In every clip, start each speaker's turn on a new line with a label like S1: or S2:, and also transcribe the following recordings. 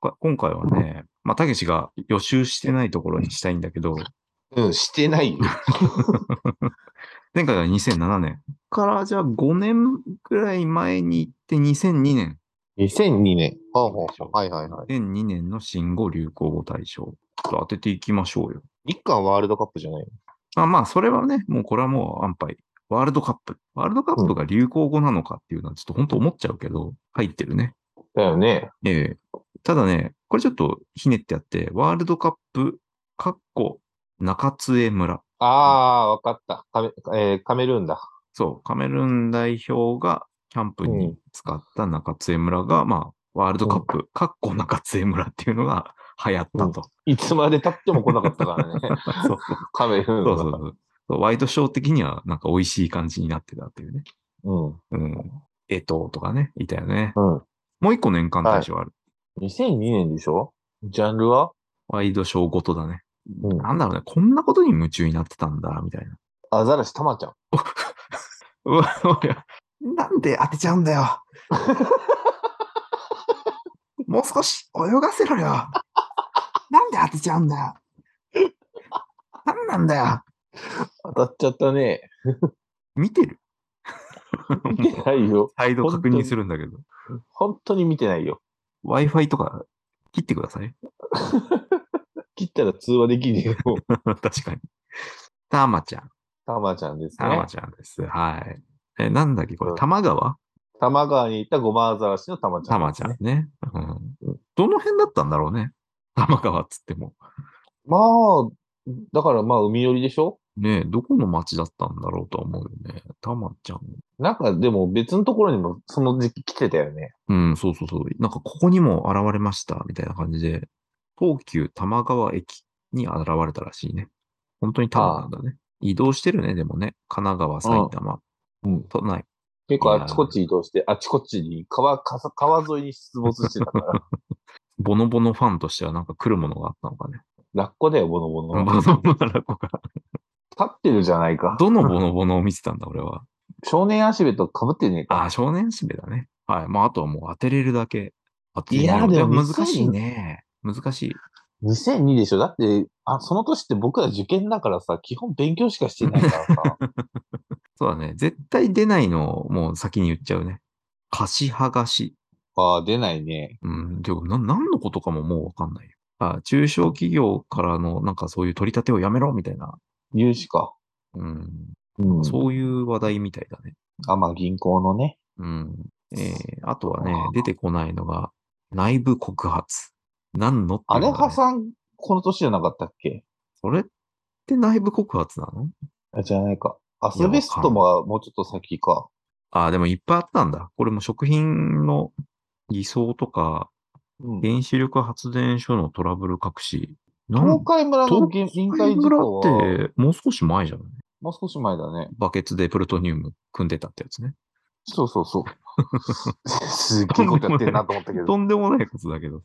S1: か今回はね、まあ、たけしが予習してないところにしたいんだけど、
S2: うん、して ないよ。
S1: 前回は2007年から、じゃあ5年ぐらい前に行って2002年、
S2: 2002年。はあはあはいはいはい。
S1: 2002年の新語・流行語大賞と当てていきましょうよ。
S2: 日韓ワールドカップじゃない
S1: あまあ、それはね、もうこれはもう安牌。ワールドカップ。ワールドカップが流行語なのかっていうのはちょっと本当思っちゃうけど、入ってるね。
S2: だよね。
S1: ええただね、これちょっとひねってあって、ワールドカップ、かっこ、中津江村。
S2: ああ、わかった。カメ,、えーカメルーンだ。
S1: そう、カメルーン代表がキャンプに使った中津江村が、まあ、ワールドカップ、かっこ中津江村っていうのが流行ったと。
S2: いつまで経っても来なかったからね。
S1: そう
S2: カメルー
S1: そ
S2: ンだ
S1: う
S2: か
S1: そ
S2: ら
S1: うそうそう。ワイドショー的にはなんか美味しい感じになってたっていうね。
S2: うん。
S1: うん。江藤とかね、いたよね。
S2: うん。
S1: もう一個年間大賞ある。
S2: 2002年でしょジャンルは
S1: ワイドショーごとだね。
S2: うん。
S1: なんだろうね、こんなことに夢中になってたんだ、みたいな。
S2: アザラシタマちゃん。
S1: うわ、俺はなんで当てちゃうんだよ。もう少し泳がせろよ。なんで当てちゃうんだよ。なんなんだよ。
S2: 当たっちゃったね。
S1: 見てる
S2: 見てないよ。
S1: 態度確認するんだけど。
S2: 本当に見てないよ。
S1: Wi-Fi とか切ってください。
S2: 切ったら通話できねえよ。
S1: 確かに。たまちゃん。
S2: タマちゃんです
S1: た
S2: ね
S1: ま。ちゃんです。はい。え、なんだっけこれ、玉川
S2: 多摩川にいたゴマアザラシのタマちゃ
S1: た
S2: ん、
S1: まちゃん。ね。うん。どの辺だったんだろうね。玉川っつっても。
S2: まあ、だからまあ海寄りでしょ
S1: ねえ、どこの町だったんだろうとは思うよね。たまちゃん。
S2: なんかでも別のところにもその時期来てたよね。
S1: うん、そうそうそう。なんかここにも現れました、みたいな感じで、東急多摩川駅に現れたらしいね。本当に多摩なんだね。移動してるね、でもね。神奈川、埼玉、
S2: うん。
S1: 都内。
S2: 結構あっちこっち移動して、あっちこっちに川、かさ川沿いに出没してたから。
S1: ボノボノファンとしてはなんか来るものがあったのかね。
S2: ラッコだよ、ボノボ
S1: ボノ
S2: ノ。
S1: ボ
S2: 立
S1: ノラコが。
S2: ってるじゃないか。
S1: どのボノボノを見てたんだ、俺は。
S2: 少年足部と被ってねえか。
S1: ああ、少年しべだね。はい。まあ、あとはもう当てれるだけ。当て
S2: いや
S1: れる
S2: でも
S1: 難しいね。難しい。
S2: 2002でしょだって、あ、その年って僕ら受験だからさ、基本勉強しかしてないか らさ。
S1: そうだね。絶対出ないのをもう先に言っちゃうね。貸し剥がし。
S2: ああ、出ないね。
S1: うん。でも、な、何のことかももうわかんないよ。あ、中小企業からのなんかそういう取り立てをやめろみたいな。
S2: 融資か。
S1: うん。
S2: うん。
S1: そういう話題みたいだね。
S2: あ、まあ銀行のね。
S1: うん。えー、あとはね
S2: あ、ー
S1: 出てこないのが、内部告発。何のってい
S2: ア
S1: うの
S2: レ
S1: がね
S2: ハさん、この年じゃなかったっけ
S1: それって内部告発なの
S2: あじゃないか。アスベストももうちょっと先か。
S1: ああ、でもいっぱいあったんだ。これも食品の偽装とか、
S2: うん。
S1: 原子力発電所のトラブル隠し。なん
S2: 東海村の原
S1: 東
S2: 臨
S1: 海
S2: 海事
S1: 村
S2: 故
S1: っ
S2: は、
S1: て、もう少し前じゃない
S2: もう少し前だね。
S1: バケツでプルトニウム組んでたってやつね。
S2: そうそうそう。 すっげえことやってんなと思ったけど。
S1: とんでもないことだけどさ。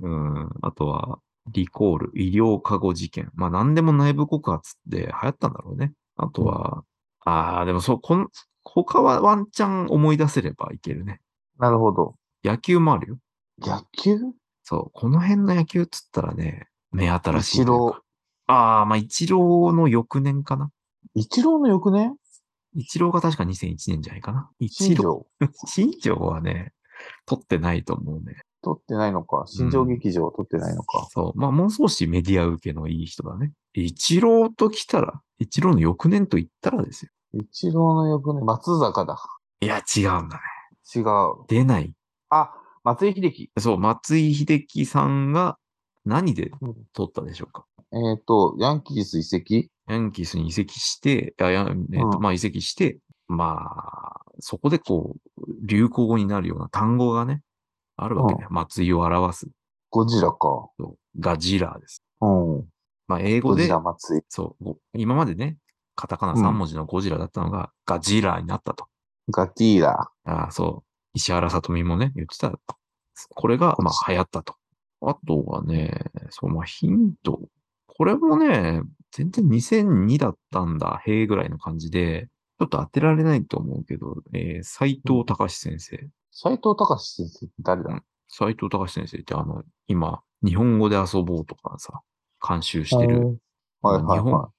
S2: うん。
S1: うん。あとは、リコール、医療過護事件。まあ、なんでも内部告発って流行ったんだろうね。あとは、ああ、でもそう、こん、他はワンチャン思い出せればいけるね。
S2: なるほど。
S1: 野球もあるよ。
S2: 野球
S1: そう、この辺の野球っつったらね、目新しいという
S2: 一
S1: か。ああ、まあ、一郎の翌年かな。
S2: 一郎の翌年
S1: 一郎が確か2001年じゃないかな。一
S2: 新
S1: 郎。
S2: 庄。
S1: 新庄はね、取ってないと思うね。
S2: 撮ってないのか。新庄劇場撮ってないのか。
S1: そう。まあ、もう少しメディア受けのいい人だね。一郎と来たら、一郎の翌年と言ったらですよ。
S2: 一郎の翌年、松坂だ。
S1: いや、違うんだね。
S2: 違う。
S1: 出ない。
S2: あ、松井秀喜。
S1: そう、松井秀喜さんが何で取ったでしょうか。
S2: えっ、と、ヤンキース移籍
S1: ヤンキースに移籍して、あやえーと
S2: うん
S1: まあ移籍して、まあ、そこでこう、流行語になるような単語がね、あるわけだよ。松井を表す。
S2: ゴジラか。
S1: ガジラーです。
S2: うん。
S1: まあ、英語
S2: ゴジ
S1: で
S2: ラ、松井。
S1: そう、ご今までね、カタカナ3文字のゴジラだったのが、ガジラーになったと。
S2: ガティーラ。
S1: ああ、そう。石原さとみもね、言ってた。これが、まあ、流行ったと。あとはね、そう、まあ、ヒント。これもね、全然2002だったんだ、へえぐらいの感じで、ちょっと当てられないと思うけど、えー、斎藤隆先生。
S2: 斎藤隆先生って誰だ、
S1: うん斎藤隆先生ってあの、今、日本語で遊ぼうとかさ、監修してる。。
S2: はいはい
S1: 日
S2: は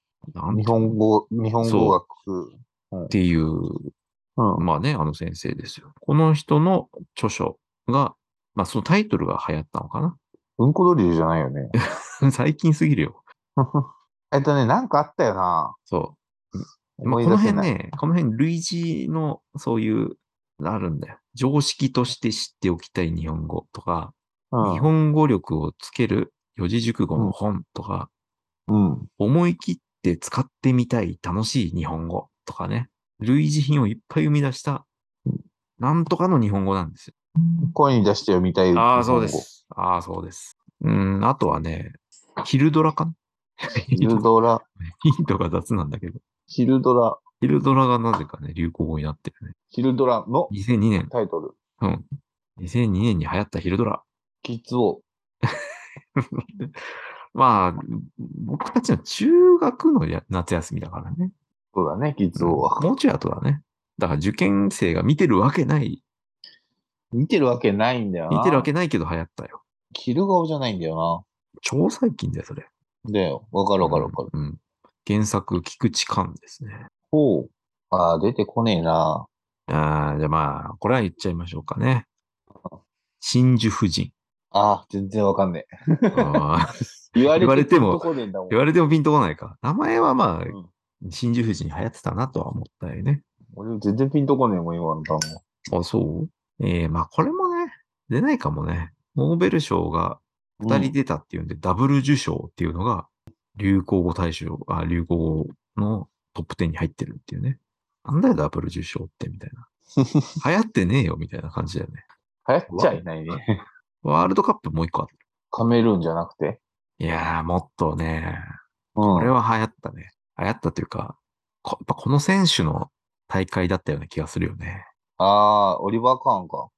S1: なん
S2: い。
S1: て
S2: 日本語、日本語学。
S1: っていう、
S2: うん。
S1: まあね、あの先生ですよ。この人の著書が、まあそのタイトルが流行ったのか
S2: うんこドリルじゃないよね。
S1: な 最近すぎるよ。
S2: えっとね、なんかあったよな。
S1: そう。ま
S2: 思
S1: あ、
S2: い
S1: こ
S2: 出
S1: の
S2: せ
S1: 辺
S2: ない。
S1: ね、この辺類似のそういう、あるんだよ。常識として知っておきたい日本語とか、
S2: うん
S1: 日本語力をつける四字熟語の本とか、
S2: うん。
S1: 思い切って使ってみたい楽しい日本語とかね、類似品をいっぱい生み出した、なんとかの日本語なんですよ。
S2: 声に出して読みたい。
S1: ああ、そうで。す。ああ、そうです。うん、あとはね、ヒルドラかなヒ
S2: ヒ ル
S1: ン
S2: ドラ、
S1: トが雑なんだけど、
S2: ヒルドラ、
S1: ヒルドラがなぜかね、流行語になってるね。
S2: ヒルドラの
S1: 2002年、
S2: タイトル。
S1: うん。2002年に流行ったヒルドラ。
S2: キッズ王。
S1: まあ、僕たちの中学のや夏休みだからね。
S2: そうだね、キッズ王は。
S1: もうちょい後だね。だから受験生が見てるわけない。
S2: 見てるわけないんだよな。
S1: 見てるわけないけど流行ったよ。
S2: キル顔じゃないんだよ
S1: 超最近だよ、それ。
S2: な。だよ。わかるわかるわかる。
S1: うん。原作、菊池寛ですね。
S2: ほう。ああ、出てこねえな。
S1: ああ、じゃあまあ、これは言っちゃいましょうかね。真珠夫 人。
S2: ああ、全然わかんねえ。
S1: あー
S2: 言わ
S1: 言われても
S2: どこでんだもん
S1: 言われてもピンとこないか。名前はまあ、
S2: うん
S1: 真珠夫人流行ってたなとは思ったよね。
S2: 俺全然ピンとこねえもん、今の単語。
S1: あ、そうええまあこれもね、出ないかもね。ノーベル賞が2人出たっていうんで、ダブル受賞っていうのが、流行語大賞、あ、流行語のトップ10に入ってるっていうね。なんだよ、ダブル受賞って、みたい な。流行ってねえよ、みたいな感じだよね。
S2: 流行っちゃいないね。
S1: ワールドカップもう一個ある。
S2: カメルーンじゃなくて。
S1: いやー、もっとね、
S2: うん。
S1: これは流行ったね。流行ったというか、こやっぱこの選手の大会だったような気がするよね。
S2: ああ、オリバー・カーンか。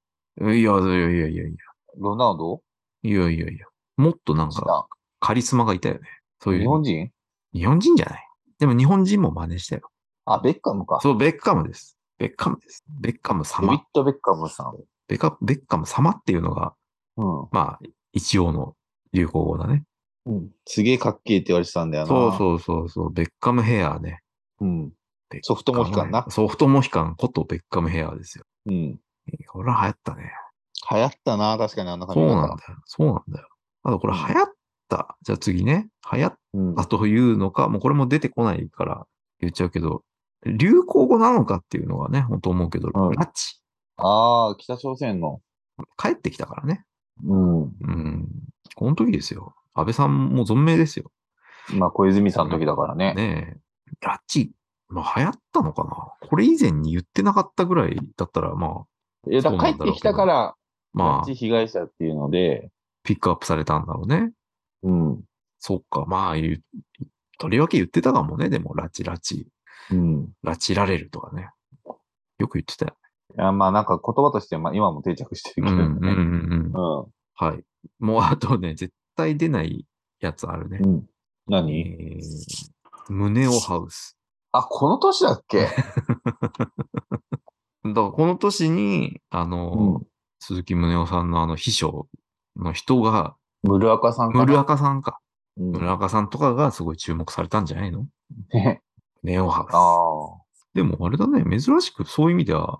S1: いや、いやいやいやいやい
S2: ロナウド
S1: や、いやいやいや。もっとなん
S2: チ
S1: か、
S2: タ
S1: カリスマがいたよね。そう
S2: ン。
S1: い
S2: 日
S1: う。
S2: 本人
S1: 日本人じゃない。でも日本人も真似したよ。
S2: あ、ベッカムか。
S1: そう、ベッカムです。ベッカムです。ベッカム
S2: デビッ
S1: 様。
S2: ド・ベッカムさん。
S1: ベカベッカム様っていうのが、
S2: うん。
S1: まあ、一応の流行語だね。
S2: うん、すげえかっけえって言われてたんだよな。
S1: そうそうそうそう、ベッカムヘアね。
S2: う。うん。
S1: ベッ
S2: ソフトモヒカンな。
S1: ソフトモヒカンことベッカムヘアですよ。
S2: うん。
S1: これは流行ったね。
S2: 流行ったな、確かにあんな感
S1: そ
S2: じ
S1: う
S2: だ
S1: なんだ
S2: か
S1: よ。そうなんだよ。あとこれ流行った。じゃあ次ね。流行っ
S2: ら。うん
S1: た。というのか、もうこれも出てこないから言っちゃうけど、流行語なのかっていうのがね、本当思うけど、
S2: うん
S1: 拉致。
S2: ああ、北朝鮮の。
S1: 帰ってきたからね。
S2: うん。
S1: うん。この時ですよ。安倍さんも存命ですよ。
S2: まあ、小泉さんの時だからね。
S1: ねえ。拉致、まあ流行ったのかなこれ以前に言ってなかったぐらいだったら、まあ、
S2: いや、だから
S1: そうなんだろ
S2: 帰って
S1: うけど
S2: きたから、
S1: ま
S2: 拉
S1: あ
S2: 致、被害者っていうので、
S1: ピックアップされたんだろうね。
S2: うん。
S1: そっか、まあ、言うとりわけ言ってたかもね。でも、拉致、拉致、
S2: うん。い
S1: 拉致られるとかね。よく言ってたよ。
S2: や、まあ、なんか言葉として、まあ、今も定着して
S1: う
S2: る
S1: ん、
S2: け
S1: う
S2: ど
S1: ん、
S2: ね。
S1: うんうん。
S2: うん。
S1: はい。もう、あとね、絶対出ないやつあるね。
S2: うん。何
S1: えー、胸をハウス。
S2: あ、この年だっ け
S1: だからこの年に、あの、
S2: うん
S1: 鈴木宗男さんのあの秘書の人が、
S2: 村岡さんかな。
S1: 村赤さんか。
S2: うん
S1: 村赤さんとかがすごい注目されたんじゃないの
S2: ね
S1: ネオハウス。
S2: ああ。
S1: でもあれだね、珍しく、そういう意味では、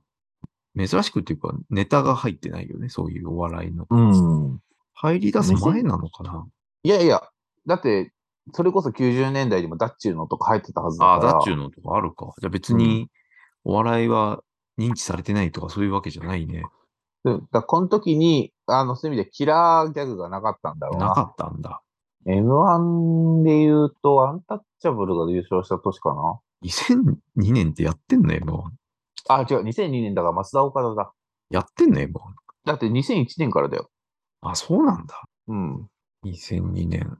S1: 珍しくっていうか、ネタが入ってないよね、そういうお笑いの。
S2: うん。
S1: 入り出す前なのかな。
S2: いやいや、だって、それこそ90年代にもダッチューのとか入ってたはずだ
S1: あ
S2: か
S1: あ、
S2: ら。
S1: だっちゅうのとかあるか。じゃあ別に、お笑いは認知されてないとかそういうわけじゃないね。
S2: うんだからこの時に、あの、そういう意味でキラーギャグがなかったんだろう
S1: な
S2: な。
S1: かったんだ。
S2: M1 で言うと、アンタッチャブルが優勝した年かな。
S1: 2002年ってやってんの ?M1。
S2: あ、違う、2002年だから松田岡田だ。
S1: やってんの ?M1。
S2: だって2001年からだよ。
S1: あ、そうなんだ。
S2: うん。
S1: 2002年、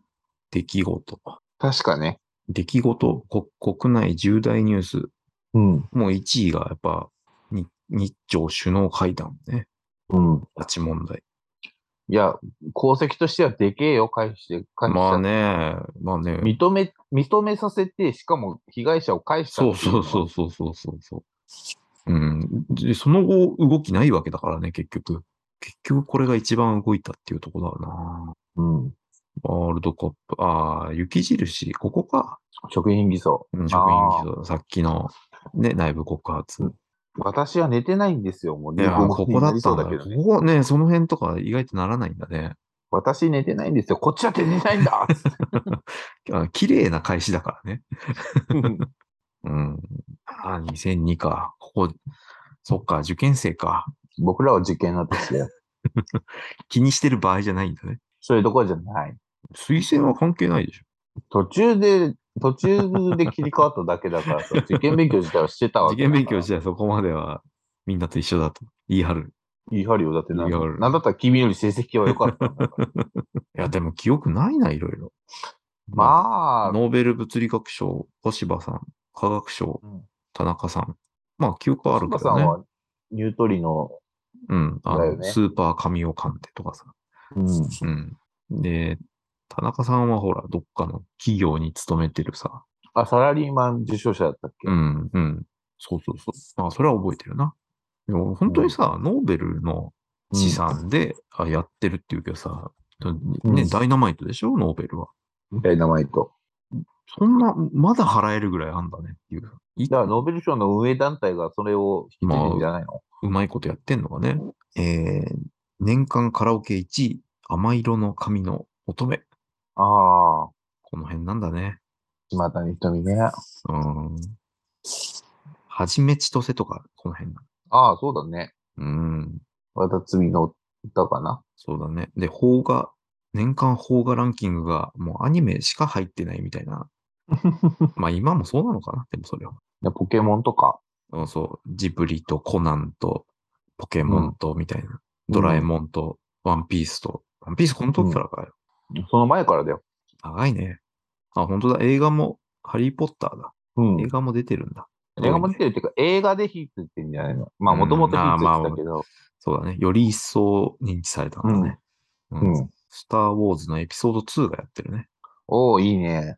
S1: 出来事。
S2: 確かね。
S1: 出来事、国国内重大ニュース。
S2: うん。
S1: もう1位がやっぱ、に日朝首脳会談ね。
S2: うん。
S1: 拉致問題。
S2: いや、功績としてはでけえよ、返して、返して。
S1: まあね、まあね。
S2: 認め、認めさせて、しかも被害者を返した
S1: そう
S2: っていの
S1: そう
S2: が
S1: そうそうそうそうそう。うん。で、その後、動きないわけだからね、結局。結局これが一番動いたっていうとこだな。
S2: うん。
S1: ワールドカップ。ああ、雪印、ここか。
S2: 食品偽装。
S1: うん職
S2: あー
S1: 員起動さっきの、ね、内部告発。
S2: 私は寝てないんですよ。もう
S1: い
S2: 寝
S1: やー、
S2: 込
S1: こ
S2: み
S1: こ
S2: に
S1: だ
S2: な
S1: った
S2: りそ
S1: ん
S2: う
S1: だ
S2: だけどね。
S1: ここね、その辺とか意外とならないんだね。
S2: 私寝てないんですよ。こっちだって寝てないんだ
S1: あ綺麗な開始だからね。
S2: うん
S1: うん。ああ、2002か。ここ、そっか、受験生か。
S2: 僕らは受験なんですよ。
S1: 気にしてる場合じゃないんだね。
S2: そういうところじゃない。
S1: 推薦は関係ないでしょ。
S2: 途中で、途中で切り替わっただけ だからさ、受験勉強自体はしてたわ
S1: 受
S2: け
S1: 験勉強自
S2: て。
S1: 体そこまではみんなと一緒だと言い張る。
S2: 言い張るよ。だってな、
S1: 言い張る
S2: なんだったら君より成績は良かったんだ から。
S1: いや、でも記憶ないな、いろいろ。
S2: まあ、
S1: ノーベル物理学賞、小柴さん、科学賞、
S2: うん
S1: 田中さん。まあ、記憶はあるけ
S2: 柴さ
S1: ど
S2: ん
S1: ね。
S2: はニュートリノ、
S1: うん。あ
S2: だ
S1: の、
S2: よね
S1: スーパー神尾鑑定とかさ。
S2: うん、
S1: うん。で、田中さんはほら、どっかの企業に勤めてるさ。
S2: あ、サラリーマン受賞者だったっけ、
S1: うん、うん。そうそうそう。まあ、それは覚えてるな。でも、本当にさ、ノーベルの資産で、あやってるっていうけどさ、ね、
S2: うん
S1: ダイナマイトでしょノーベルは。
S2: ダイナマイト。
S1: そんな、まだ払えるぐらいあんだねっていう。い
S2: だから、ノーベル賞の運営団体がそれを引き継いでんじゃないの、
S1: うまいことやってんのがね。えー、年間カラオケ1位、甘色の髪の乙女。
S2: ああ、
S1: この辺なんだね。
S2: 島谷ひとみね。
S1: うん。はじめ千歳とか、この辺だ。
S2: ああ、そうだね。
S1: うん。
S2: わたつみの歌 かな。
S1: そうだね。で、邦画、年間邦画ランキングがもうアニメしか入ってないみたいな。まあ今もそうなのかな、でもそれは。
S2: いやポケモンとか。
S1: うん、そう、ジブリとコナンとポケモンとみたいな。ドラえもんとワンピースと。ワンピースこの時からかよ。
S2: その前からだよ。
S1: 長いね。あ、本当だ。映画も、ハリーポッターだ。
S2: うん。
S1: 映
S2: 映
S1: 画も出てるんだ。
S2: 画も出てるっていうか、映画で火ついてんじゃないのまあ、
S1: うん
S2: もともと
S1: あ
S2: 火
S1: あ
S2: つい
S1: まあ
S2: てたけど。
S1: そうだね。より一層認知されたんだね。
S2: うん。
S1: スター・ウォーズのエピソード2がやってるね。
S2: おおいいね。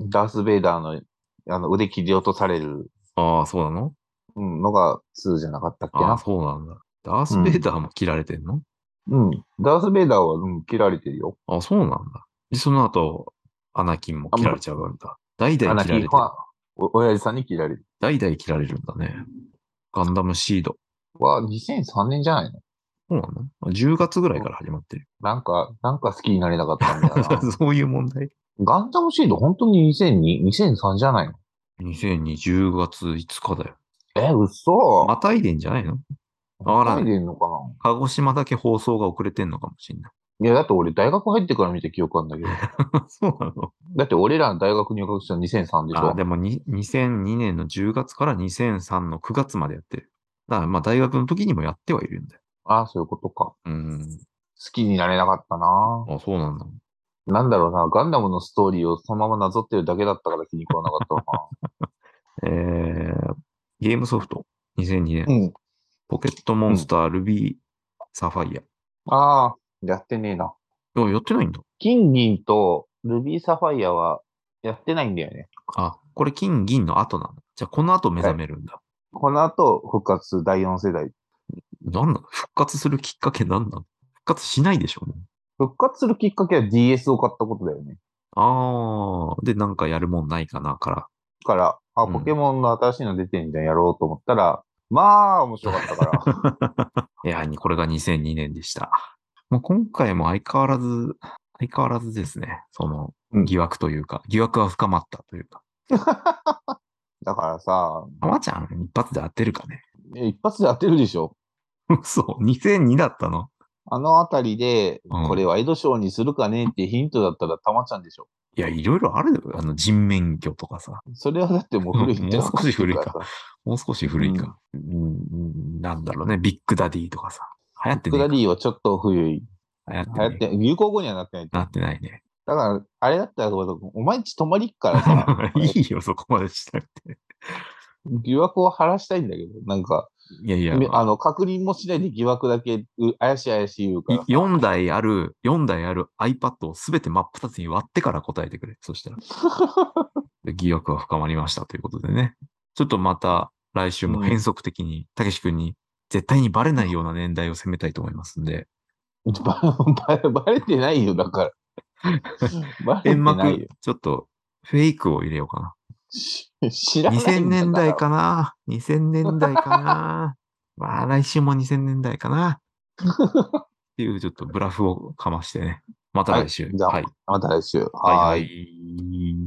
S2: ダース・ベイダーのあの腕切り落とされる
S1: ああ、そうなの
S2: うんのが2じゃなかったっけ
S1: ああ、
S2: な。
S1: そうなんだ。ダース・ベイダーも切られてんの、
S2: うん。ダース・ベイダーは、うん、切られてるよ。
S1: ああ、そうなんだ。で、その後、アナキンも切られちゃうんだ。代
S2: ア
S1: 々
S2: ナ
S1: 切
S2: キ
S1: られて
S2: ン
S1: る。
S2: は、お親父さんに切られる。
S1: 代々切られるんだね。ガンダムシード。
S2: は、2003年じゃないの
S1: そうなのあ ?10 月ぐらいから始まってる。
S2: なんか、なんか好きになれなかったんだよな。
S1: そういう問題。
S2: ガンダムシード、本当に2002、2003じゃないの
S1: 2020月5日だよ。
S2: え、嘘
S1: またいでんじゃないのわからない
S2: 何でんのかな
S1: 鹿児島だけ放送が遅れてんのかもしれない。
S2: いや、だって俺大学入ってから見た記憶あるんだけど。
S1: そうなの
S2: だって俺らの大学入学したの2003でし
S1: あ
S2: ょ
S1: でもに2002年の10月から2003の9月までやってる。だからまあ大学の時にもやってはいるんだよ。
S2: ああ、そういうことか。好
S1: うん。
S2: きになれなかったな
S1: あ、そうなんだ。
S2: なんだろうな、ガンダムのストーリーをそのままなぞってるだけだったから気に食わなかったの か
S1: えー、ゲームソフト2002年、
S2: な。うん。
S1: ポケットモンスター、ルビー、サファイ
S2: ああ、やってねえな。
S1: ア。あやってないんだ。
S2: 金銀とルビーサファイアはやってないんだよね。
S1: あ、これ金銀の後なの。じゃあこの後目覚めるんだ。
S2: この後、復活第4世代。
S1: なんなの復活するきっかけなんなの復活しないでしょもう
S2: 復活するきっかけは DS を買ったことだよね。
S1: あー。で、なんかやるもんないかなから。
S2: だから、あ、
S1: うん
S2: ポケモンの新しいの出てんじゃん、やろうと思ったら、まあ、面白かったから。
S1: いや、にこれが2002年でした。まあ、今回も相変わらず、相変わらずですね、その
S2: うん
S1: 疑惑というか、疑惑は深まったというか、
S2: だからさ、
S1: 浜ちゃん一発で当てるかね。
S2: え一発で当てるでしょ。
S1: 嘘、2002だったの
S2: あのあたりで、
S1: うん
S2: これワイドショーにするかねってヒントだったらたまちゃんでしょ。
S1: いや、いろいろあるよ。あの、人面魚とかさ、
S2: それはだってもう古いんじゃん。
S1: もう少し古い かもう少し古いか。うん、うんなんだろうね、ビッグダディとかさ。流行って
S2: ク
S1: ね
S2: ダ
S1: えか
S2: ディはちょっと古い。
S1: 流行って
S2: 流
S1: ね
S2: 行っ
S1: え
S2: て、流行語にはなってない。
S1: なってないね。、
S2: だから、あれだったら、お前んち泊まりっからさ
S1: いいよ、そこまでしたくて。
S2: 疑惑を晴らしたいんだけど、なんか、
S1: いやいや、
S2: みあの、確認もしないで疑惑だけ、う怪しい怪しい言うから。
S1: 4台ある、4台ある iPad をすべて真っ二つに割ってから答えてくれ。そした ら。で疑惑は深まりましたということでね。ちょっとまた来週も変則的に、たけし君に絶対にバレないような年代を攻めたいと思いますんで、
S2: ばば バレてないよ、だから。バレて
S1: 煙
S2: な
S1: 幕
S2: いよ。、
S1: ちょっとフェイクを入れようかな。
S2: 知らないんだから。
S1: 2000年代かな ?2000 年代かな まあ来週も2000年代か なっていうちょっとブラフをかましてね。また来週。
S2: じゃあ
S1: はい。
S2: また来週。
S1: は
S2: は
S1: は
S2: いー。
S1: いい。